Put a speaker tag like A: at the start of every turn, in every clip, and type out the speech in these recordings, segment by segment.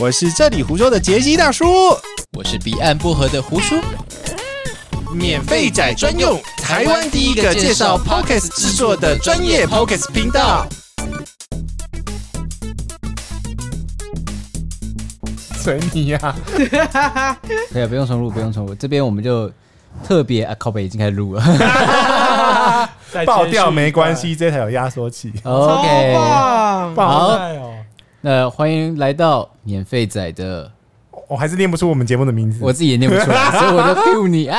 A: 我是这里胡说的杰西大叔，
B: 我是彼岸薄荷的胡叔，
A: 免费仔专用，台湾第一个介绍 Podcast 制作的专业 Podcast 频道。
C: 随你呀、
D: 可以，不用重录，不用重录。这边我们就特别啊，靠北已经开始 录了。
C: 啊，爆掉没关，
A: 嗯
C: 系，这才有压缩器。
D: OK，
A: 棒！
C: 好
D: 好，
C: 哦，
D: 那欢迎来到免费仔的，
C: 我还是念不出我们节目的名字。
D: 我自己也念不出来，所以我就 Q 你 啊。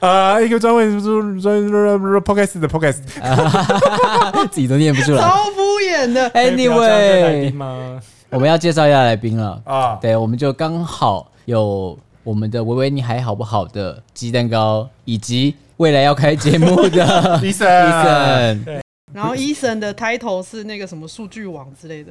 C: 呃，一个专门专专 podcast 的 podcast，
D: 自己都念不出来。
A: 超敷衍的，
D: Anyway，
C: 吗？
D: 我们要介绍一下来宾了
C: 啊
D: 对，我们就刚好有我们的维维你还好不好的鸡蛋糕，以及未来要开节目 的
C: 医生，
D: 医生。
E: 然后医生的 title 是那个什么数据网之类的，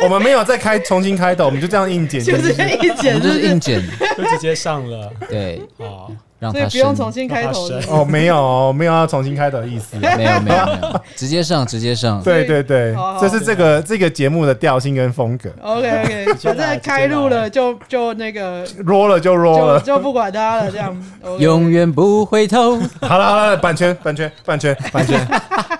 C: 我们没有再开重新开头，我们就这样硬剪，
E: 就是一
D: 我
E: 剪
D: 们
E: 就
D: 就是
E: 是
D: 硬，剪，
F: 就直接上了
D: 对，
F: 哦，
D: 让
E: 所以
D: 他
E: 不用
D: 生
E: 重新开头的。
C: 哦，没有，没有要重新开头的意思。
D: 没有没有没有，直接上直接上。
C: 对对对
E: 好，好
C: 这是这个这个节目的调性跟风格，
E: OK OK，
F: 接
E: 反
F: 来
E: 正开录了就就那个
C: 弱了就弱
E: 就
C: 了。
E: 就不管他了，这样。OK
D: 永远不回头。
C: 好了好了，版权版权版权版 权。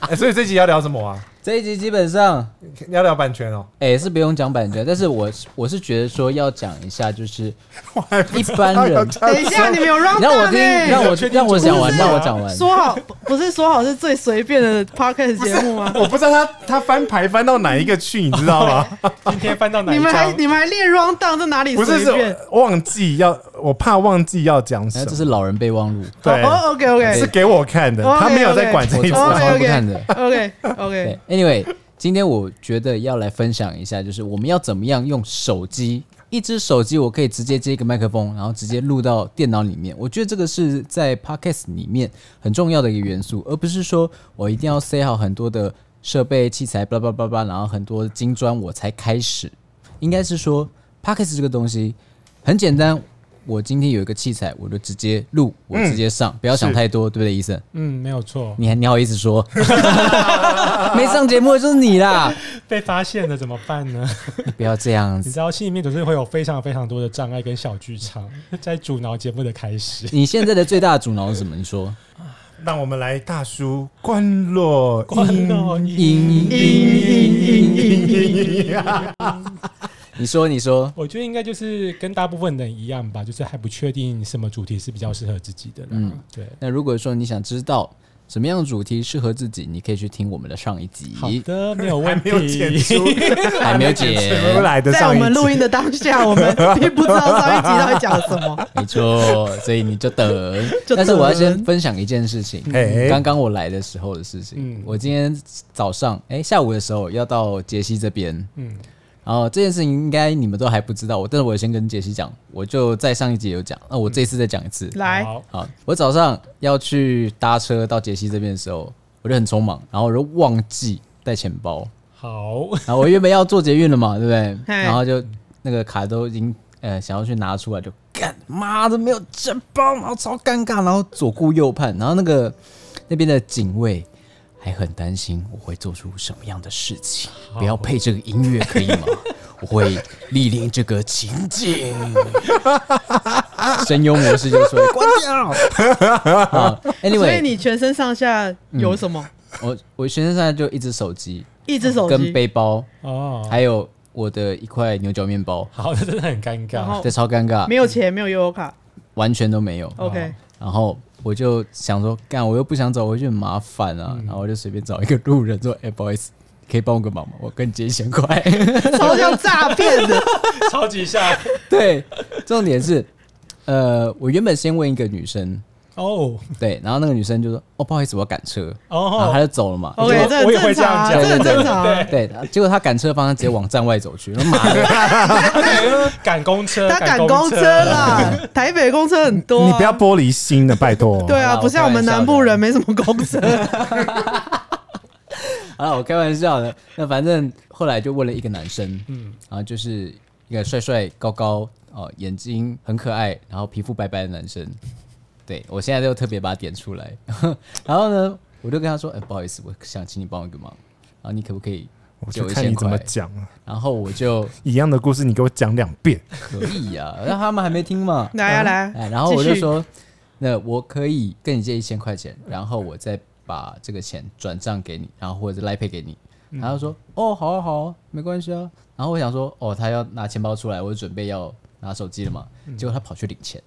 C: 哎所以这集要聊什么啊？
D: 这一集基本上
C: 要聊版权哦。
D: 哎、是不用讲版权，但是我是我是觉得说要讲一下，就是
C: 我还不
D: 一
C: 知道
D: 般人
C: 要这样
E: 等一下，你们有让
D: 让我听，让我
F: 确定
D: 让我
F: 主题
D: 讲完，
E: 是
D: 让我讲完。
E: 说好不不是说好是最随便的 podcast 节目吗？
C: 我不知道他他翻牌翻到哪一个去，你知道 吗？
F: 今天翻到哪
E: 你
F: 一
E: 们还
F: 张？
E: 你们还练 round down 在哪里
C: 不是
E: 随
C: 是
E: 便？哎
C: 忘记要，我怕忘记要讲
D: 然
C: 什
D: 后哎这
C: 么。
D: 是老人备忘录，
C: 对，
E: 哦 OK
C: 是
E: OK
C: 给我看的，
E: OK，OK
C: 他没有在管这
D: 我
C: 一
D: 从
C: 种。
D: 我从来
E: OK，OK
D: 不看的。
E: OK
D: 对
E: OK，
D: ，Anyway，今天我觉得要来分享一下，就是我们要怎么样用手机，一只手机我可以直接接一个麦克风，然后直接录到电脑里面。我觉得这个是在 Podcast 里面很重要的一个元素，而不是说我一定要塞好很多的设备器材，叭叭叭叭，然后很多金砖我才开始。应该是说 p o c k e t 这个东西很简单，我今天有一个器材，我就直接录，我直接上，不要想太多，对不对，医生？
F: 嗯，没有错，
D: 你还你好意思 说？没上节目的就是你啦！
F: 被发现了怎么办呢？
D: 你不要这样
F: 你
D: 子。
F: 知道心里面总是会有非常非常多的障碍跟小剧场， 在阻挠节目的开始。
D: 你现在的最大的阻挠是什么？你说？
C: 让我们来大叔关洛
F: 关了
D: 音
C: 音。
D: 你说，你说，
F: 我觉得应该就是跟大部分人一样吧，就是还不确定什么主题是比较适合自己的啦。
D: 嗯
F: 对，
D: 那如果说你想知道什么样的主题适合自己，你可以去听我们的上一集，
F: 好的，没有
C: 还
F: 问
C: 没有剪
F: 题。
C: 出，
D: 还没有
C: 出
D: 解，
C: 来的
E: 在
C: 上
E: 我
C: 一
E: 们录
C: 集。
E: 音的当下，我们并不知道上一集到底讲 什么。
D: 没错，所以你就等。
E: 就等
D: 但是我要先分享一件事情，
C: 哎
D: 刚刚我来的时候的事情
F: 嗯。
D: 我今天早上，哎，下午的时候要到杰西这边，
F: 嗯，
D: 然后这件事情应该你们都还不知道，我但是我先跟杰西讲，我就在上一集有讲，那我这次再讲一次。
E: 来，
F: 好，
D: 好，我早上要去搭车到杰西这边的时候，我就很匆忙，然后我就忘记带钱包，
F: 好，
D: 然后啊我原本要做捷运了嘛，对不对？
E: 嗨
D: 然后就那个卡都已经呃想要去拿出来，就干妈的没有钱包，然后超尴尬，然后左顾右盼，然后那个那边的警卫还很担心我会做出什么样的事情，不要配这个音乐可以 吗？我会莅临这个情景，声优模式就说关 掉。好
E: 所以
D: ，Anyway，
E: 你全身上下有什么？
D: 我我学生现在就一只手机
E: 一只手
D: 跟
E: 机，
D: 背啊包，
F: 哦，
D: 还有我的一块牛角面包。
F: 好，那真的很尴
E: 然
F: 尬。
E: 后
D: 这啊哦超尴尬，
E: 没有哦钱，没有悠游卡。
D: 完全都没有。
E: OK，
D: 然后我就想说，干，我又不想走回去，很麻烦啊。然后我就随便找一个路人说：“哎、不好意思，可以帮我个忙吗？我跟你借一千块。
E: 超像诈骗的。
F: 超级像”
D: 对，重点是，呃，我原本先问一个女生，
F: 哦
D: 对，然后那个女生就说：“哦，不好意思，我要赶车。”然后她
F: 哦，
D: 就走了嘛。
F: 我
E: OK，这
F: 我
E: 很
F: 也会
E: 正常啊，
F: 这
E: 这
F: 样
D: 讲
E: 很正常啊。
D: 对，结果她赶车的方向直接往站外走去，然后妈的，
F: 赶公车，
E: 他赶公车啦，台北公车很多啊。
C: 你不要玻璃心了，拜托。
E: 对
D: 好
E: 啊，
D: 啦
E: 不像我们南部人没什么公车。
D: 好啊了，我开玩笑的。那反正后来就问了一个男生，嗯，然后就是一个帅帅、高高、哦、眼睛很可爱，然后皮肤白白的男生。对我现在就特别把他点出 来。然后呢，我就跟他说：“哎、不好意思，我想请你帮我一个忙，然后你可不可以
C: 我
D: 就
C: 就
D: 有一
C: 看
D: 千
C: 你怎么
D: 块
C: 讲了。
D: 然后我就
C: 一样的故事，你给我讲两遍。
D: 可以呀、啊，那他们还没听嘛，
E: 来啊来
D: 哎，然后我就
E: 继续
D: 说，那我可以跟你借一千块钱，然后我再把这个钱转账给你，然后或者是来配给你。
E: 嗯
D: 然后说，哦，好啊，好啊，没关系啊。然后我想说，哦，他要拿钱包出来，我准备要拿手机了嘛，
E: 嗯
D: 结果他跑去领钱，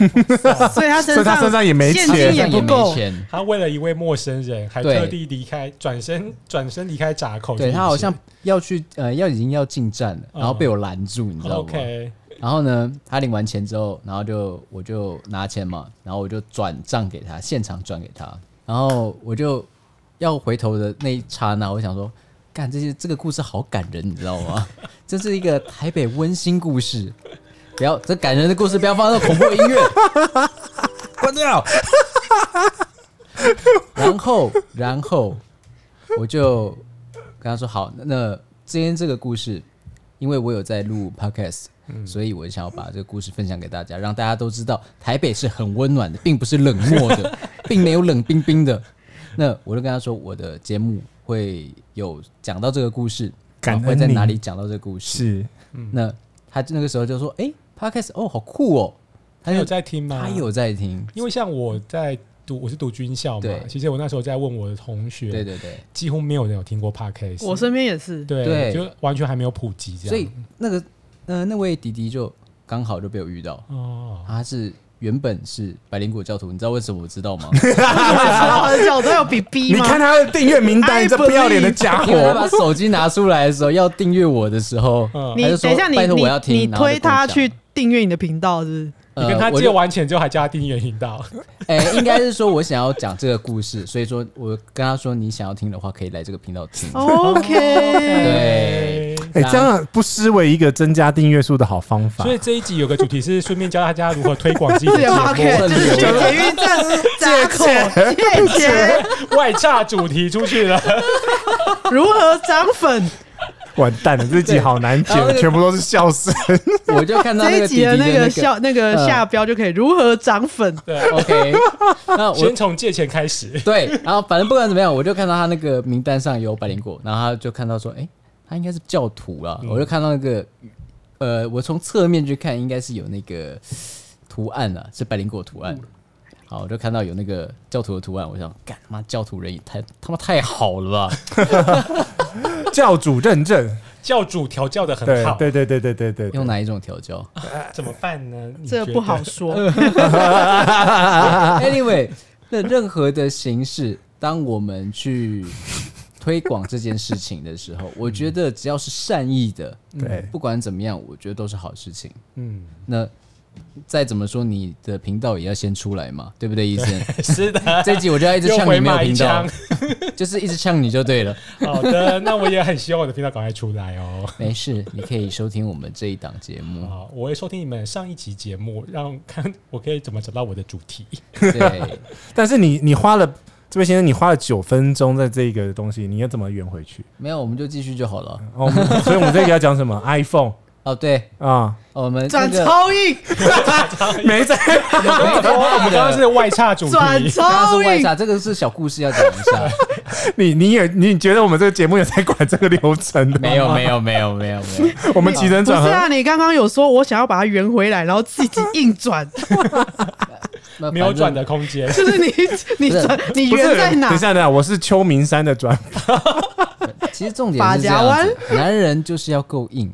E: 所以他身
C: 所以他
E: 上
C: 身上也没
E: 现
C: 钱
E: 金
D: 身
E: 也
D: 上
E: 不
D: 没
E: 够，
D: 钱。
F: 他为了一位陌生人，还
D: 对
F: 特地离开，转身转身离开闸口去领
D: 对
F: 钱。
D: 他好像要去呃要已经要进站了，然后
F: 嗯
D: 被我拦住，你知道吗？
F: OK，
D: 然后呢，他领完钱之后，然后就我就拿钱嘛，然后我就转账给他，现场转给他。然后我就要回头的那一刹那，我想说，干这些这个故事好感人，你知道吗？ 这是一个台北温馨故事。不要这感人的故事，不要放那恐怖的音 乐，关掉。然后，然后我就跟他说：“好，那那今天这个故事，因为我有在录 podcast，、所
C: 嗯
D: 以我想要把这个故事分享给大家，让大家都知道台北是很温暖的，并不是冷漠 的，并没有冷冰冰的。那我就跟他说，我的节目会有讲到这个故事，啊
C: 感恩
D: 会在
C: 你
D: 哪里讲到这个故事？
C: 是，
F: 嗯
D: 那他那个时候就说：“哎、p o d c a s t 哦，好酷哦。”他
F: 他
D: 就
F: 有在听吗？
D: 他有在听，
F: 因为像我在读，我是读军校嘛
D: 对，
F: 其实我那时候在问我的同学，
D: 对对对，
F: 几乎没有人有听过 Podcast，
E: 我身边也是。
F: 对，
D: 对
F: 就完全还没有普及这样。
D: 所以那个呃那位迪迪就刚好就被我遇到，
F: 哦，
D: 他是原本是百灵果教徒，你知道为什么我知道 吗？
E: 我的脚都有比逼
C: 你
E: 吗？
C: 看他的订阅名单，
E: I
C: 这不要脸的
E: believe
C: 家
D: 因为他把
C: 伙！
D: 手机拿出来的时候要订阅我的时候，
F: 嗯
E: 你
D: 他就说
E: 等一下你，
D: 拜托
E: 你
D: 我要听
E: 你
D: 然后就
E: 推
D: 跟我
E: 他
D: 讲
E: 去订阅你的频道，是不 是？
D: 呃
F: 你跟他
D: 我
F: 借
D: 就
F: 完钱之后还加他订阅频道，
D: 哎、应该是说我想要讲这个故事，所以说我跟他说你想要听的话可以来这个频道听。
E: 哦 OK，
D: 对，
C: 哎，这样不失为一个增加订阅数的好方法
F: 所。以这一集有个主题是顺便教大家如何推广 自己的
E: 这
F: 节
E: 个
D: 啊
E: Pocket
F: 目，
E: 就是去捷运站闸口借钱，
F: 外岔主题出去了。
E: 如何涨粉？
C: 完蛋了，这集好难
D: 然后
C: 剪，
D: 就
C: 全部都是笑声。
D: 我就看到 那
E: 这
D: 个
E: 一
D: 弟弟
E: 集的
D: 的
E: 那
D: 那
E: 个
D: 个嗯
E: 笑那个下标就可以如何涨粉。
F: 对，
D: OK，那我
F: 先从借钱开始。
D: 对，然后反正不管怎么样，我就看到他那个名单上有百灵果，然后他就看到说，哎、他应该是教徒啦。我就看到那个，呃，我从侧面去看，应该是有那个图案啊，是百灵果图案。好，我就看到有那个教徒的图案，我想，干他妈教徒人也太他妈太好了吧？
C: 教主认证，
F: 教主调教的很
C: 对
F: 好，
C: 对对对对对对，
D: 用哪一种调教
F: 怎么办呢？你
E: 这
F: 觉
E: 不
F: 得
E: 好说，
D: ？Anyway，那任何的形式，当我们去推广这件事情的时 候，我觉得只要是善意的，
C: 对
D: 不管怎么样，我觉得都是好事情。
F: 嗯，
D: 那再怎么说，你的频道也要先出来嘛，对不对，医生？
F: 是的，
D: 这一集我就要一直
F: 又
D: 呛
F: 回
D: 你没有
F: 骂一
D: 频道
F: 枪。，
D: 就是一直呛你就对了。
F: 好的，那我也很希望我的频道赶快出来哦。
D: 没事，你可以收听我们这一档节目。
F: 好，我会收听你们上一集节目，让看我可以怎么找到我的主题。
D: 对，
C: 但是你你花了这位先生，你花了九分钟在这个东西，你要怎么圆回去？
D: 没有我们就继续就好
F: 嗯
D: 了。
C: 哦，我们所以我们这个要讲什么 iPhone
D: 哦，对，哦
C: 啊？
D: 我们那
E: 转
D: 个
E: 超硬，
C: 没在
D: 没
F: 我哦我们刚刚是外差主
E: 转
F: 题，
D: 刚刚
E: 超
D: 是外
E: 硬。
D: 啥？这个是小故事要讲一下。
C: 你你也你觉得我们这个节目有在管这个流程的？
D: 没有，没有，没有， 没有，没有。
C: 我们起承
E: 不
C: 转
E: 是啊，
C: 合。
E: 你刚刚有说我想要把它圆回来，然后自己硬转，
D: 那
F: 没有
D: 反正
F: 转的空间。
E: 就是你你转你
C: 不是
E: 圆在哪
C: 等一？下，等一下，我是邱明山的转，
D: 其实重点是这
E: 把夹
D: 样
E: 弯
D: 子，男人就是要够硬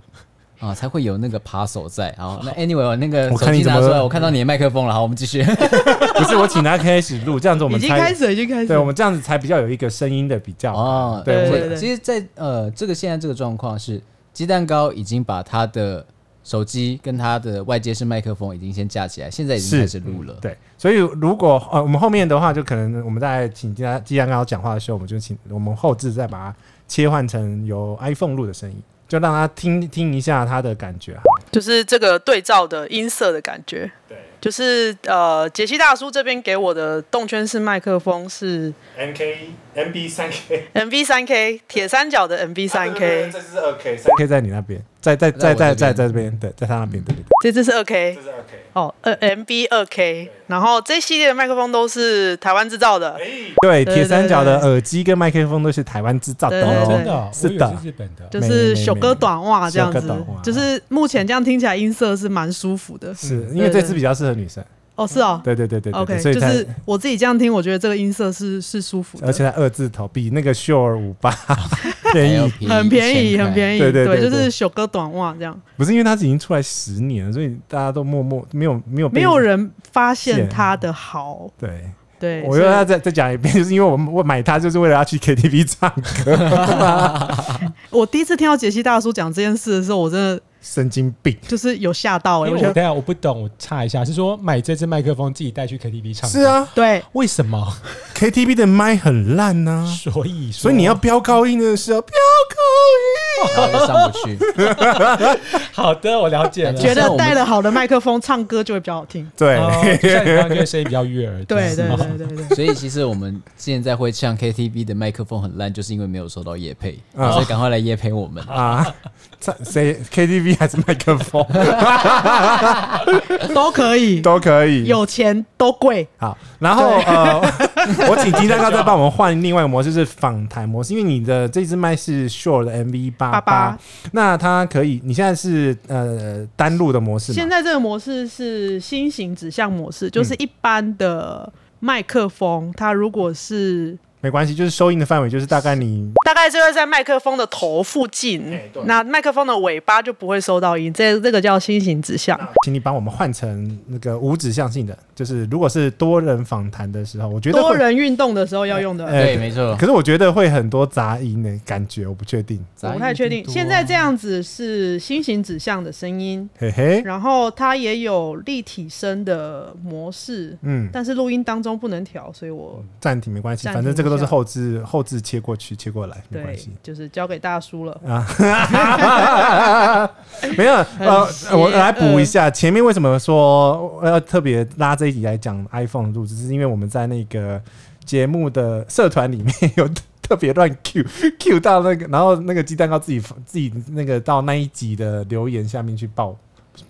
D: 啊，才会有那个扒手在。好，那 anyway，那个
C: 我
D: 手
C: 看你
D: 机
C: 怎么
D: 拿出来，我看到你的麦克风了。好，我们继 续。
C: 不是我请他开始录，这样子我
E: 已
C: 们
E: 经开
C: 才
E: 始了，已经开始
C: 对，我
E: 了。
C: 们这样子才比较有一个声音的比较。
D: 哦，
C: 对
E: 对
D: 所以
E: 对对
D: 其实在，呃这个现在这个状况是，鸡蛋糕已经把他的手机跟他的外接式麦克风已经先架起来，现在已经
C: 是
D: 开始录了。
C: 对，所以如果呃，我们后面的话，就可能我们在请既然既然刚刚讲话的时候，我们就请我们后置再把它切换成由 iPhone 录的声音，就让他听听一下他的感觉。
E: 就是这个对照的音色的感觉。对，就是呃，杰西大叔这边给我的动圈式麦克风是
C: M K M B 三 K
E: MV 三 K 铁三角的 MV 三 K，
C: 这是二 K，三 K 在你那边。在在在
D: 在
C: 在
D: 我这
C: 在
D: 边
C: 在这边，对，在他那边，对对对。
E: 这支是二 K，
F: 是 OK。
E: 哦，二 MB 二 K，然后这系列的麦克风都是台湾制造的，
C: 对，
E: 对
C: 铁三角的耳机跟麦克风都是台湾制造的
E: 对
F: 真
C: 哦
F: 的哦，
C: 是
F: 我以
C: 的
F: 为是日本的。
E: 就是小哥短袜这样
C: 小哥
E: 子
C: 短袜，
E: 就是目前这样听起来音色是蛮舒服的。
C: 是因为这次比较适合女生，
E: 哦，是哦。
C: 对对对对对
E: OK，
C: 所以
E: 就
C: 它
E: 是我自己这样听，我觉得这个音色是是舒服的，
C: 而且它二字头比那个 Sure 五八
F: 哎
C: 便宜，
E: 很便宜，很
D: 宜。
E: 便宜。
C: 对对对对
E: 就是小哥短袜这样，
C: 不是因为它已经出来十年了，所以大家都默默没有没有被
E: 没有人发现它的好。
C: 对。
E: 对，
C: 我
E: 所
C: 又
E: 以
C: 要再 再讲一遍，就是因为我我买它就是为了要去 KTV 唱歌，
E: 我第一次听到杰西大叔讲这件事的时候，我真的
C: 神经病。
E: 就是有吓到哎、我
F: 因为
E: 觉
F: 我
E: 得
F: 等一下我不懂，我查一下，是说买这支麦克风自己带去 KTV 唱？
C: 是，啊
E: 对，
F: 为什么？
C: ，KTV 的麦很烂呐、
F: 所以说
C: 所以你要飙高音的时候飙高音。
D: 然后就上不去，
F: 好的，我了解了。
E: 觉
D: 像
E: 得
D: 我们
E: 带了好的麦克风唱歌就会比较好听。
C: 对，
F: 哦就像你刚刚觉得声音比较悦耳，
E: 对
F: 这
E: 对
F: 样子吗
E: 对对对，
D: 所以其实我们现在会唱 KTV 的麦克风很烂，就是因为没有收到夜配，
C: 啊
D: 所以赶快来夜配我们。
C: 啊， 这谁 KTV 还是麦克风
E: 都可以，
C: 都可以。
E: 有钱都贵。
C: 好，然后 呃，我请金蛋糕再帮我们换另外一个模式是访谈模式，因为你的这支麦是 Shure 的 MV 八八
E: 88，
C: 那它可以，你现在是呃单录的模式
E: 现
C: 嘛？
E: 在这个模式是新型指向模式，就是一般的麦克风，它如果是
C: 没关系，就是收音的范围就是大概你
E: 大概就会在麦克风的头附近，那麦克风的尾巴就不会收到音，这这个叫新型指向。
C: 请你帮我们换成那个无指向性的，就是如果是多人访谈的时候，我觉得会
E: 多人运动的时候要用的，
C: 哎
D: 对，没错
C: 可。是我觉得会很多杂音的、感觉，我不确定。
E: 我不太确
D: 啊
E: 定。现在这样子是新型指向的声音，
C: 嘿嘿，
E: 然后它也有立体声的模式，
C: 嗯，
E: 但是录音当中不能调，所以我
C: 暂停没关系，
E: 暂停
C: 反正这个都是
E: 一下
C: 后置后置切过去切过来，没关
E: 对
C: 系。啊
E: 就是交给大叔了。
C: 没有，呃
E: 很，邪
C: 我来补一下，前面为什么说呃要特别拉这一集来讲 iPhone 的录制，是因为我们在那个节目的社团里面有特别乱 Q Q 到那个，然后那个鸡蛋糕自己自己那个到那一集的留言下面去报。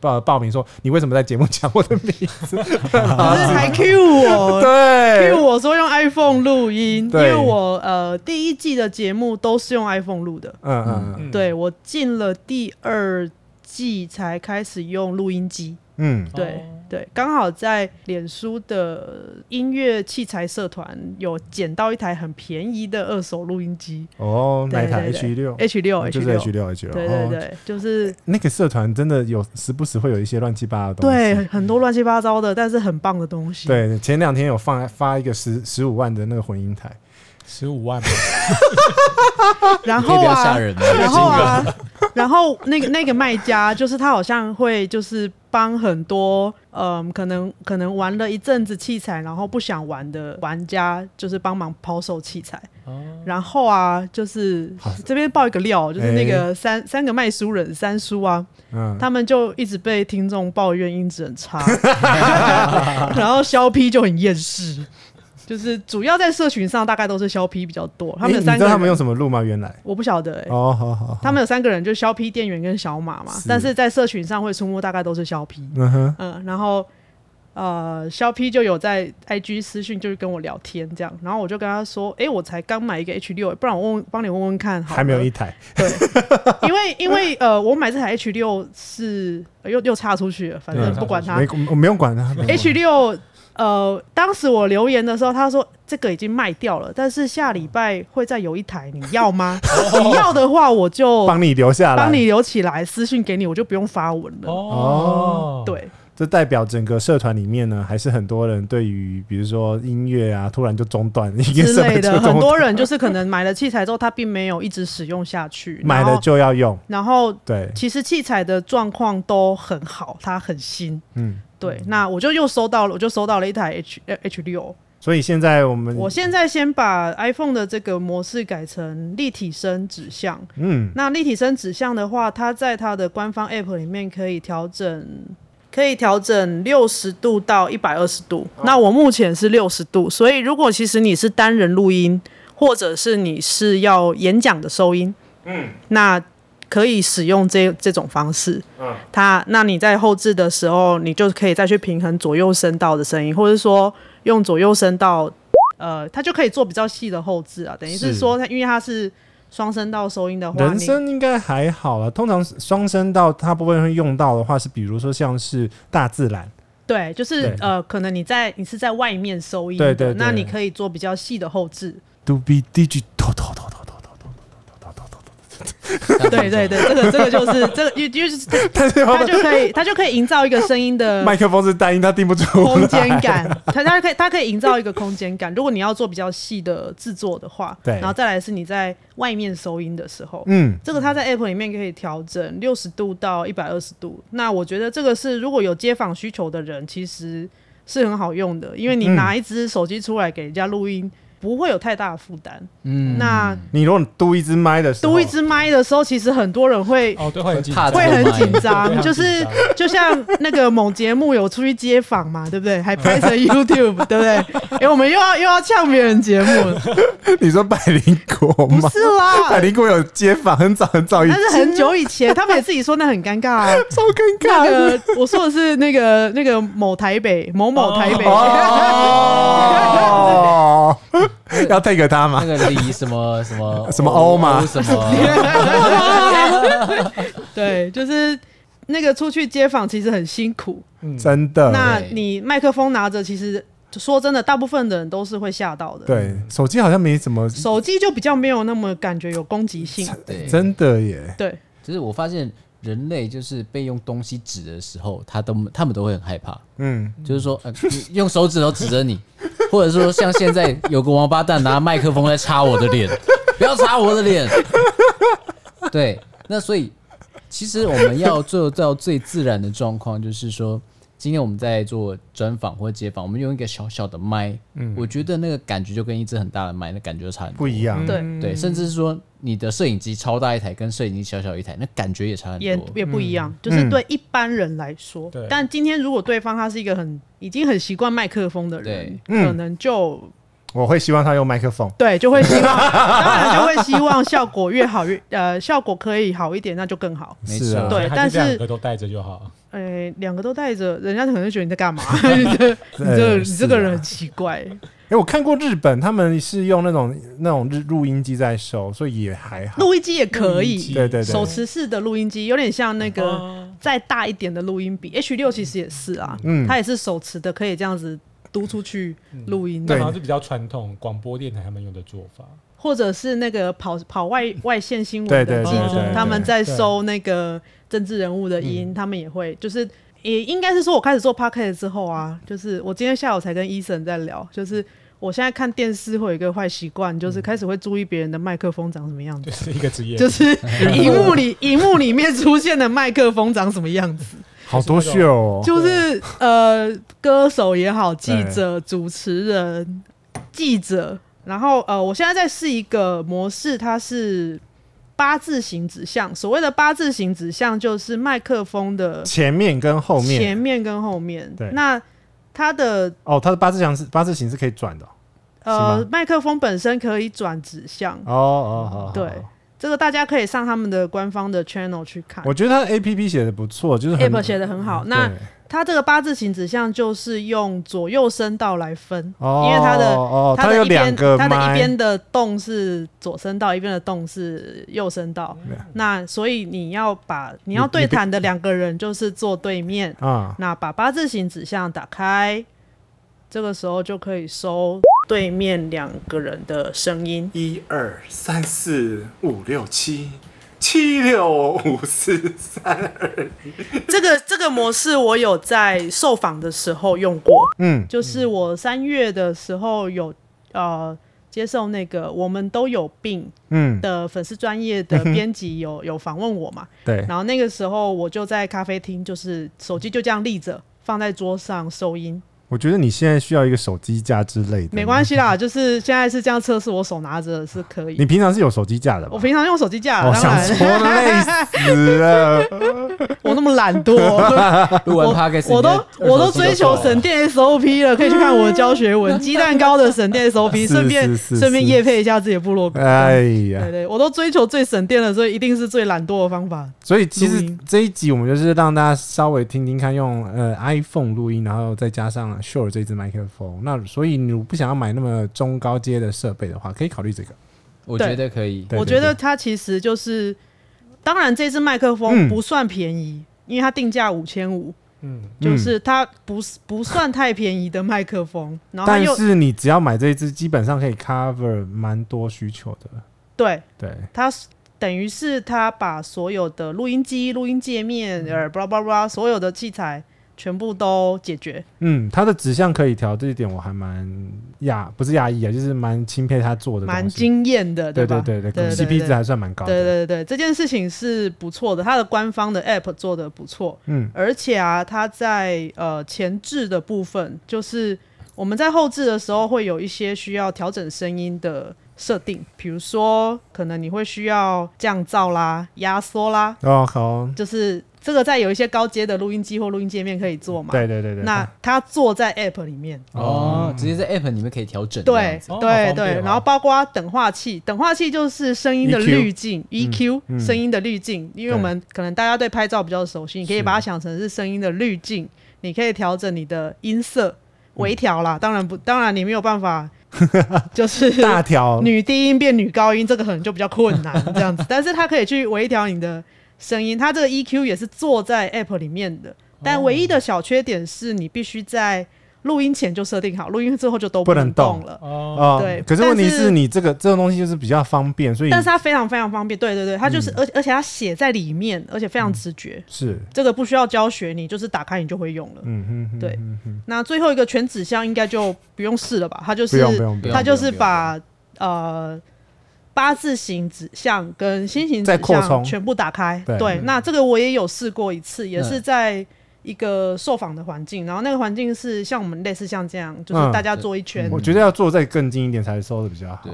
C: 报报名说你为什么在节目讲我的名字？
E: 可是 还 Q 我。
C: 对
E: Q，我说用 iPhone 录音，因
C: 对
E: 为我呃第一季的节目都是用 iPhone 录的，
C: 嗯嗯
F: 嗯
E: 对我进了第二季才开始用录音机，
C: 嗯，
E: 对
F: 哦
E: 对，刚好在脸书的音乐器材社团有捡到一台很便宜的二手录音机
C: 哦，哪一台
E: 对对
C: H 六哦
E: H E 六
C: 嗯就
E: H
C: 是
E: 六，
C: H 六 H 六，
E: 对对
C: 哦，
E: 对，就是
C: 那个社团真的有时不时会有一些乱七八糟的东西，
E: 对很多乱七八糟的，但是很棒的东西。
C: 对，前两天有放发一个十十五万的那个混音台，
F: 十五万嘛，
E: 然
D: 你可以
E: 后
D: 不要吓
E: 啊，
D: 人吗？
E: 然后啊， 然后那个那个卖家，就是他好像会就是帮很多嗯，可能可能玩了一阵子器材，然后不想玩的玩家，就是帮忙抛售器材。
C: 哦
E: 然后啊，就是这边爆一个料，就是那个三、三个卖书人三叔啊，
C: 哎嗯，
E: 他们就一直被听众抱怨音质很差， 然后肖 P 就很厌世。就是主要在社群上，大概都是肖 P 比较多。他们
C: 诶
E: 有
C: 你
E: 三
C: 知
E: 个
C: 道
E: 人，
C: 他们用什么录吗？原来
E: 我不晓得、欸，
C: 哦，好好，好
E: 他们有三个人，就是肖 P 店员跟小马嘛，
C: 是
E: 但是在社群上会出没，大概都是肖 P。
C: 嗯哼，
E: 嗯，然后呃，肖 P 就有在 IG 私讯，就是跟我聊天这样，然后我就跟他说，哎、我才刚买一个 H 六、不然我问帮你问问看好了，
C: 还没有一台，
E: 对，因为因为呃，我买这台 H 六是呃又又岔出去了，反正
C: 嗯
E: 不管它
C: 没，我没用管他没
E: ，H 六。呃，当时我留言的时候，他说这个已经卖掉了，但是下礼拜会再有一台，你 要吗？你要的话，我就
C: 帮你留下来，哦
E: 帮你留起来，私信给你，我就不用发文了。
F: 哦，，
E: 对，
C: 这代表整个社团里面呢，还是很多人对于比如说音乐啊，突然就中断，音乐
E: 之
C: 设备
E: 类
C: 就
E: 的，
C: 中断
E: 很多人就是可能买了器材之后，他并没有一直使用下去，
C: 买
E: 然
C: 了
E: 后
C: 就要用，
E: 然后
C: 对，
E: 其实器材的状况都很好，它很新。
C: 嗯，
E: 对，那我就又收到了，我就收到了一台 H 呃 H 六。
C: 所以现在我们
E: 我现在先把 iPhone 的这个模式改成立体声指向。
C: 嗯
E: 那立体声指向的话，它在它的官方 App 里面可以调整，可以调整六十度到一百二十度。那我目前是六十度，所以如果其实你是单人录音，或者是你是要演讲的收音，嗯，那可以使用这这种方式。嗯，它那你在后置的时候，你就可以再去平衡左右声道的声音，或者说用左右声道，呃，它就可以做比较细的后置啊。等于是
C: 是
E: 说它，因为它是双声道收音的话，
C: 人
E: 你
C: 声应该还好了，通常双声道大部分会用到的话是，比如说像是大自然，
E: 对，就是
C: 对
E: 呃，可能你在你是在外面收音
C: 对
E: 的，
C: 对对
E: 那你可以做比较细的后置。
C: 嘟比 DJ 头头头头头头头，
E: 对对对，这个这 个就是这个，因为就是
C: 但是
E: 它就可以它就可以营造一个声音的
C: 麦克风是单音，它听不出来
E: 空间。感，它它可以它可以营造一个空间感。如果你要做比较细的制作的话，
C: 对
E: 然后再来是你在外面收音的时候，
C: 嗯，
E: 这个它在 App 里面可以调整六十度到一百二十度。那我觉得这个是如果有街访需求的人，其实是很好用的，因为你
C: 嗯
E: 拿一支手机出来给人家录音，不会有太大的负担。
D: 嗯，
E: 那
C: 你如果嘟一支麦的时候，
E: 嘟一支麦的时候，其实很多人会。
F: 哦，对，会很紧
B: 怕
F: 张，
E: 会
B: 这
E: 很
B: 个麦
E: 紧
F: 对
E: 张，
F: 很
E: 就是
F: 紧张
E: 就像那个某节目有出去街访嘛，对不对？还拍成 YouTube，对不对？哎、我们又要又要呛别人节目了，
C: 你说百灵果
E: 不
C: 吗？
E: 是啦
C: 百，灵果有街访，很早很早以
E: 但
C: 前，
E: 是很久以前，他们也自己说那很尴尬啊。
C: 超尴
E: 那
C: 尬的。
E: 个我说的是那个那个某台北某某台北，
C: 哦，要 take 他
B: 那
C: 吗？
B: 个李什么什 么
C: 什么欧嘛
B: 什么
E: 对，就是那个出去街访其实很辛苦。
F: 嗯
C: 真的，
E: 那你麦克风拿着，其实说真的，大部分的人都是会吓到的。
C: 对，手机好像没什么，
E: 手机就比较没有那么感觉有攻击性。
B: 对，
C: 真的耶。
E: 对，
D: 就是我发现人类就是被用东西指的时候，他都他们都会很害怕，
C: 嗯，
D: 就是说、呃、你用手指头指着你， 或者说像现在有个王八蛋拿麦克风在插我的脸， 不要插我的脸。 对，那所以其实我们要做到最自然的状况，就是说。今天我们在做专访或街访，我们用一个小小的麦，
E: 嗯
D: 我觉得那个感觉就跟一只很大的麦那感觉就差很多
C: 不一样。
E: 嗯对
D: 对，甚至是说你的摄影机超大一台跟摄影机小小一台，那感觉也差很
E: 也
D: 多。
E: 也不一样，就是
C: 嗯
E: 对一般人来说。
F: 对
E: 但今天如果对方他是一个很已经很习惯麦克风的人，
C: 对
E: 可能就
C: 我会希望他用麦克风。
E: 对就会希望，当然就会希望效果越好越呃效果可以好一点，那就更好。
D: 没
C: 是啊
D: 错，
E: 对
F: 还
E: 但是
F: 两个都带着就好。
E: 呃，两个都带着，人家可能就觉得你在干嘛？ 你 这你这
C: 呃
E: 你这
C: 是
E: 个
C: 啊
E: 人很奇怪。
C: 哎、我看过日本，他们是用那种那种日录音机在收，所以也还好。
E: 录音机也可
F: 录音机
E: 以，
C: 对对哦
E: 手
C: 对，
E: 持式的录音机有点像那个再大一点的录音笔，H 六其实也是啊，
C: 嗯
E: 它也是手持的，可以这样子嘟出去
F: 嗯
E: 录音
F: 那好
E: 的，
F: 像是比较传统广播电台他们用的做法，
E: 或者是那个跑跑外外线新
C: 对
E: 闻
C: 对
E: 的记
F: 对
E: 者
F: 对对，
E: 嗯他们在收那个政治人物的音，他们也会就是。也应该是说，我开始做 p o c a s t 之后啊，就是我今天下午才跟医生在聊，就是我现在看电视会有一个坏习惯，
F: 嗯
E: 就是开始会注意别人的麦克风长什么样子。
F: 就是一个职业，
E: 就是荧幕里荧幕里面出现的麦克风长什么样子，
C: 好多秀哦。
E: 就是呃，歌手也好，记者、主持人、记者，然后呃，我现在在试一个模式，它是八字形指向。所谓的八字形指向，就是麦克风的
C: 前面跟后
E: 前
C: 面
E: 面跟后面
C: 对。
E: 那它的
C: 哦，它的八字形是八字形是可以转的哦。是
E: 呃
C: 吗
E: 麦克风本身可以转指向，
C: 哦哦哦，哦
E: 对，这个大家可以上他们的官方的 channel 去看。
C: 我觉得它的 A P P 写的不错，就是很嗯
E: app 写的很好，那
C: 对
E: 它这个八字形指向就是用左右声道来分，
C: 哦，
E: 因为它的
C: 哦，它
E: 的
C: 有
E: 一边
C: 两个
E: 它的一
C: 麦
E: 边的洞是左声道，一边的洞是右声道。
C: 嗯
E: 那所以你要把你要对谈的两个人就是坐对面，
C: 啊，
E: 那把八字形指向打开，这个时候就可以收对面两个人的声音。
G: 一二三四五六七，七六五四三二
E: 这个这个模式我有在受访的时候用过，
C: 嗯，
E: 就是我三月的时候有呃接受那个我们都有病
C: 嗯，
E: 的粉丝专业的编辑有有访问我嘛，
C: 对，
E: 然后那个时候我就在咖啡厅，就是手机就这样立着放在桌上收音，
C: 我觉得你现在需要一个手机架之类的，
E: 没关
C: 系。
E: 系啦，就是现在是这样测试，我手拿着是可以
C: 你。平常是有手机架的吧？
E: 我平常用手机架，
C: 我
E: 当
C: 想
E: 然
C: 说累死了，
E: 我那么懒 惰，
D: 录完 podcast，
E: 我都
D: 你的
E: 我都
D: 二手机
E: 追求
D: 爆了
E: 省电 SOP 了，可以去看我的教学文，鸡蛋糕的省电 SOP，
C: 是
E: 顺便
C: 是是
E: 顺便
C: 是
E: 夜配一下自己的部落格。
C: 哎呀
E: 对，对，我都追求最省电的，所以一定是最懒惰的方法。
C: 所以其
E: 录
C: 实
E: 音
C: 这一集我们就是让大家稍微听听看用，呃 iPhone 录音，然后再加上 Shure 这支麦克风。那所以你如果不想要买那么中高阶的设备的话，可以考虑这个。
D: 我
E: 对
D: 觉得可以。
C: 对
E: 我
C: 对
E: 觉得它其实就是，当然这支麦克
C: 嗯
E: 风不算便宜，因为它定价五千五，
F: 嗯，
E: 就是它不是不算太便宜的麦克风，然后它
C: 但
E: 又
C: 是你只要买这一支，基本上可以 cover 蛮多需求的。
E: 对
C: 对，
E: 它是等于是它把所有的录音机、录音界面，
C: 嗯
E: 呃，巴拉巴拉巴拉，所有的器材全部都解决。
C: 嗯，它的指向可以调，这一点我还蛮讶，不是讶异啊，就是蛮钦佩他做的东西，
E: 蛮惊艳的，
C: 对
E: 吧？
C: 对对
E: 对
C: 对
E: 对
C: ，CP
E: 对
C: 值还算蛮高的。
E: 对对对，这件事情是不错的，它的官方的 app 做的不错，
C: 嗯
E: 而且啊，它在呃前置的部分，就是我们在后置的时候会有一些需要调整声音的设定，比如说可能你会需要降噪啦、压缩啦，
C: 哦好，
E: 就是这个在有一些高阶的录音机或录音界面可以做嘛。
C: 对对对对，
E: 那它做在 app 里面，
D: 哦，直接在 app 里面可以调整。这
E: 对
D: 样子
F: 哦
E: 对
F: 好方便
E: 对，
F: 哦 E
E: 然后包括等化器，等化器就是声音的
C: EQ
E: 滤镜，EQ
C: 嗯
E: 声音的滤镜，因为我们可能大家对拍照比较熟悉，你可以
C: 是
E: 把它想成是声音的滤镜，你可以调整你的音色微调啦，当然不，当然你没有办法， 就是
C: 大条
E: 女低音变女高音，这个可能就比较困难 这样子，但是它可以去微调你的声音，它这个 EQ 也是做在 App 里面的，
C: 哦
E: 但唯一的小缺点是你必须在录音前就设定好，录音之后就都
C: 不能
E: 能动
C: 动
E: 了。
F: 哦，
C: 哦，
E: 对
C: 可是问题
E: 但是
C: 是你这个这种东西就是比较方便，所以
E: 但是它非常非常方便，对对对，它就是，
C: 嗯
E: 而、且而且它写在里面，而且非常直觉，
C: 是
E: 这个不需要教学，你就是打开你就会用了。
C: 嗯哼哼，
E: 对
C: 嗯哼
E: 那最后一个全指向应该就不用试了吧？它就是
C: 不用不用不用
E: 它就是把呃八字形指向跟心形
C: 再
E: 指
C: 扩充
E: 向全部打开。
C: 对
E: 对，那这个我也有试过一次，也
D: 嗯
E: 是在一个受访的环境，然后那个环境是像我们类似像这样，就是
C: 嗯
E: 大家坐一圈，
C: 我觉得要做再更近一点才收的比较好，
D: 对，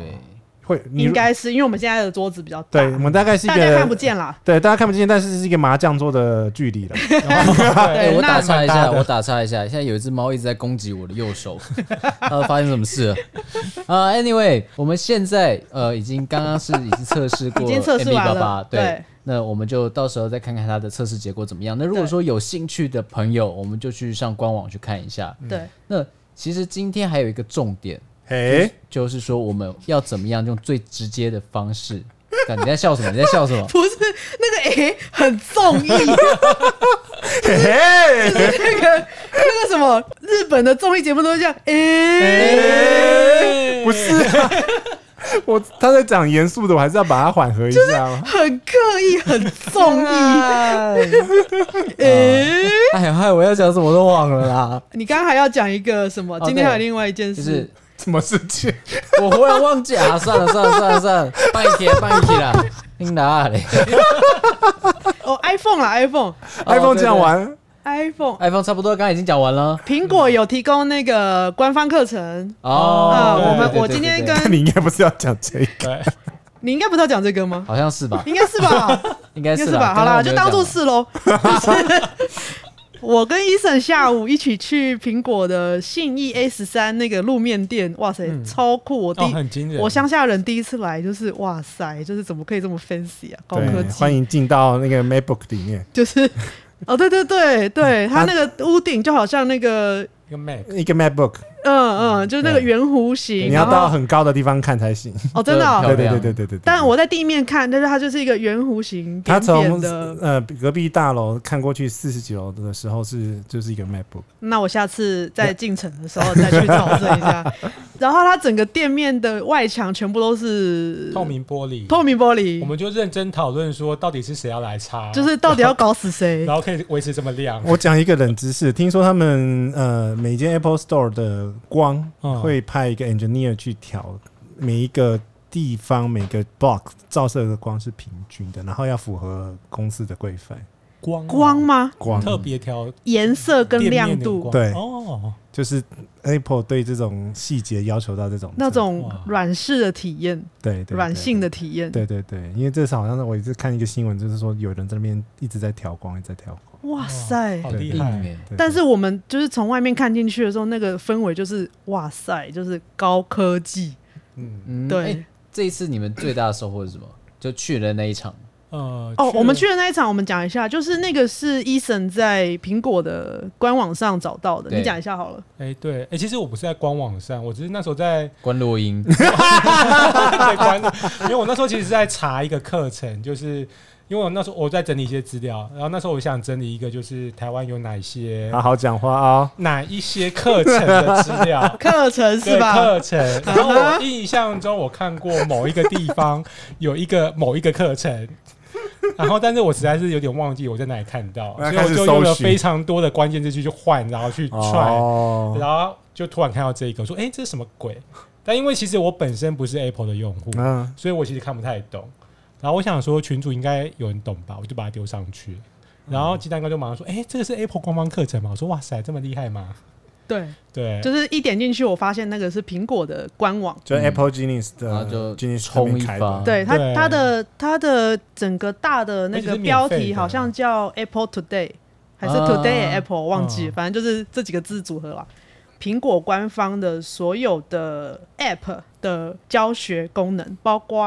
C: 会你
E: 应该是因为我们现在的桌子比较大，
C: 对我们大概是一
E: 大家看不
C: 个。
E: 见啦。
C: 对，大家看不见，但是是一个麻将桌的距离 了。
D: 哎、
E: 对，
D: 我
E: 那
D: 打岔一下，我打岔一下，现在有一只猫一直在攻击我的右手， 它发生什么事了？ 啊、a n y w a y 我们现在呃已经刚刚是已经测试过
E: 已经测试
D: MB
E: 完
D: 八
E: 了
D: 八，对
E: 对。
D: 那我们就到时候再看看它的测试结果怎么样。那如果
E: 对
D: 说有兴趣的朋友，我们就去上官网去看一下。
C: 嗯
E: 对，
D: 那其实今天还有一个重点，
C: 哎，
D: 就是说我们要怎么样用最直接的方式。干你在笑什么？你在笑什么？
E: 不是那个诶、很综艺，
C: 嘿嘿，
E: 那个那个什么日本的综艺节目都是这样诶、
C: 不是啊， 我他在讲严肃的，我还是要把它缓和一下嘛。
E: 很刻意，很 综艺。哎诶、
D: 哎呀，害我要讲什么都忘了啦。
E: 你刚刚还要讲一个什么？
D: 哦
E: 今天还有
D: 对
E: 另外一件
D: 就
E: 事，
D: 是
C: 什么事情？
D: 我忽然忘记啊， 算了算了算了算了，半天半天啦，听哪嘞
E: 哦，iPhone 啦，iPhone，iPhone，
C: iPhone 这样玩，
D: ？iPhone 差不多，刚刚已经讲完了。
E: 苹果有提供那个官方课程。啊、
D: 哦，对
E: 我们
D: 对对
E: 我
D: 对
E: 今天
D: 对
E: 跟
D: 对
C: 你应该不是要讲这个。
F: 对，
E: 你应该不是要讲这个吗？
D: 好像是吧，
E: 应该是吧，
D: 应该
E: 应该
D: 是
E: 是吧。好啦，
D: 了，
E: 就当做是喽。就是 我跟 Eason 下午一起去苹果的信义 A 十三那个路面店，哇塞，超酷！我第
F: 哦，
E: 一、
F: 很惊人，
E: 我乡下人第一次来，就是哇塞，就是怎么可以这么 fancy 啊，高科
C: 对，
E: 技，
C: 欢迎进到那个 MacBook 里面，
E: 就是 哦，对对对对，它那个屋顶就好像那个。
F: 一 个 Mac，
C: 一个 MacBook，
E: 嗯嗯，就是那个圆弧形，
C: 你要
E: 然
C: 到
E: 后
C: 很高的地方看才行。
E: 哦，真的哦、
D: 漂
C: 对
D: 亮
C: 对对对对对。
E: 但我在地面看，但是它就是一个圆弧形，
C: 他
E: 扁
C: 从
E: 扁的。
C: 呃隔壁大楼看过去四十几楼的时候是就是一个 MacBook，
E: 那我下次在进城的时候再去找证一下。然后它整个店面的外墙全部都是
F: 透明玻璃，
E: 透明玻璃
F: 我，们就认真讨论说，到底是谁要来插，
E: 就是到底要搞死 谁
F: 然？后可以维持这么亮。
C: 我讲一个冷知识，听说他们呃每间 Apple Store 的光
F: 嗯
C: 会派一个 engineer 去调每一个地方每个 block 照射的光是平均的，然后要符合公司的规范。
F: 光啊
E: 光吗？
C: 光
F: 特别调
E: 颜色跟
F: 店面
E: 亮
F: 的
E: 度
F: 光
C: 对
F: 哦，
C: 就是 Apple 对这种细节要求到这种
E: 那种
F: 哇
E: 软式的体验，
C: 对对对
E: 软性的体验。
C: 对对对，因为这次好像是我一直看一个新闻，就是说有人在那边一直在调光，一直在调光。
E: 哇塞
F: 好！
C: 对
F: 厉
D: 硬
F: 害，
D: 哎，
C: 对
E: 但是我们就是从外面看进去的时候，那个氛围就是哇塞，就是高科技。
D: 嗯
E: 对，
D: 哎这一次你们最大的收获是什么？就去了那一场，
F: 呃，
E: 哦，我们去
F: 了
E: 的那一场，我们讲一下，就是那个是 Eason 在苹果的官网上找到的，
D: 对
E: 你讲一下好了。。
F: 哎，对，哎，其实我不是在官网上，我只是那时候在
D: 关洛英，
F: 在关，因为我那时候其实是在查一个课程，就是因为我那时候我在整理一些资料，然后那时候我想整理一个就是台湾有哪一些、
C: 好好讲话啊、
F: 哪一些课程的资 料
E: 课程是
F: 对
E: 吧？
F: 课程，
C: 啊
F: 然后我印象中我看过某一个地方有一个某一个课程，然后但是我实在是有点忘记我在哪里看到，
C: 那
F: 所以
C: 开
F: 我
C: 始
F: 就用
C: 搜
F: 了
C: 寻
F: 非常多的关键字去去换，然后去
C: 哦，
F: 踹，
C: 哦，
F: 然后就突然看到这一个，我说哎、诶这是什么鬼？但因为其实我本身不是 Apple 的用户，
C: 嗯，
F: 所以我其实看不太懂。然后我想说群主应该有人懂吧，我就把它丢上去。然后鸡蛋哥就马上说：“
E: 嗯
F: 哎、这个是 Apple 官方课程吗？”我说：“哇塞，这么厉害吗
E: 对，？”
F: 对，
E: 就是一点进去，我发现那个是苹果的官网。
C: 就
D: 嗯
C: Apple Genius
D: 然后
C: 的
D: 就
C: Genius
D: 冲
C: 那边
D: 一
C: 开
D: 发
C: 的
E: 对它
F: 啊对
E: 它的它的整个大的那
F: 而且
E: 个
F: 是免
E: 标
F: 费
E: 题
F: 的
E: 好像叫 Apple Today 还是
D: 啊
E: Today at Apple 忘记，
F: 嗯
E: 反正就是这几个字组合啦。苹果官方的所有的 App 的教学功能，包括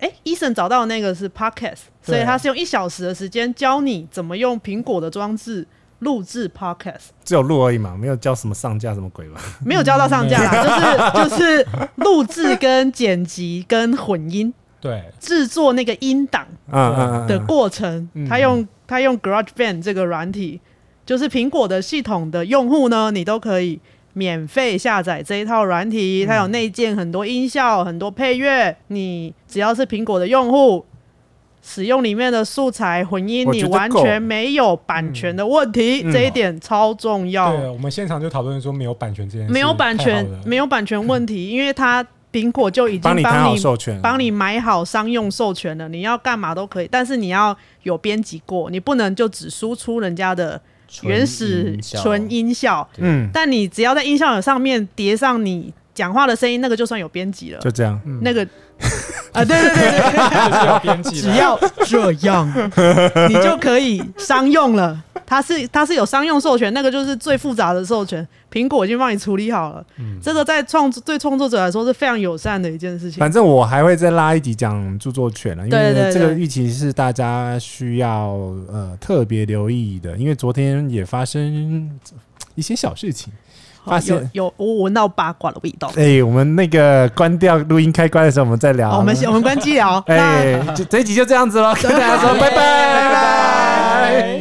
E: 哎，医、生找到的那个是 Podcast，所以
F: 对
E: 他是用一小时的时间教你怎么用苹果的装置录制 Podcast。
C: 只有录而已嘛，没有叫什么上架什么鬼吧？
E: 没有交到上架啦，
C: 嗯
E: 就是就是录制跟剪辑跟 混音
F: 对
E: 制作那个音档
C: 嗯嗯嗯
E: 的
C: 嗯，
E: 过程，
F: 嗯
E: 他用他用 GarageBand 这个软体，就是苹果的系统的用户呢，你都可以免费下载这一套软
C: 嗯
E: 体，它有内建很多音效、很多配乐，你只要是苹果的用户。使用里面的素材混音，
C: 我觉
E: 你
C: 得
E: 完
C: 够
E: 全没有版权的问题，
C: 嗯啊
E: 这一点超重要。
F: 对，我们现场就讨论说没有版权这件事，
E: 没有版权，没
F: 有
E: 有版权问题，因为它苹果就已经
C: 帮
E: 嗯帮你
C: 谈好授权，
E: 帮你买好商用授权了，你要干嘛都可以，但是你要有编辑过，你不能就只输出人家的 原始纯音效，
C: 嗯，
E: 但你只要在音效上面叠上你讲话的声音，那个就算有编辑了
C: 就。这样。
E: 那个啊，对对对对，
F: 就是有编辑
E: 只
F: 的，
E: 要这样， 你就可以商用了。它是它是有商用授权，那个就是最复杂的授权，苹果已经帮你处理好了。这个在创作对创作者来说是非常友善的一件事情
C: 反。正我还会再拉一集讲著作权了，因
E: 对对
C: 为
E: 对
C: 这个预期是大家需要呃特别留意的，因为昨天也发生一些小事情。
E: 好
C: 发现
E: 哦有有我闻到八卦的味道。
C: 哎、我们那个关掉录音开关的时候，我们再聊。
E: 哦好，我们先我们关机聊。那
C: 哎、这这一集就这样子了，跟大家说拜拜。
E: 拜拜。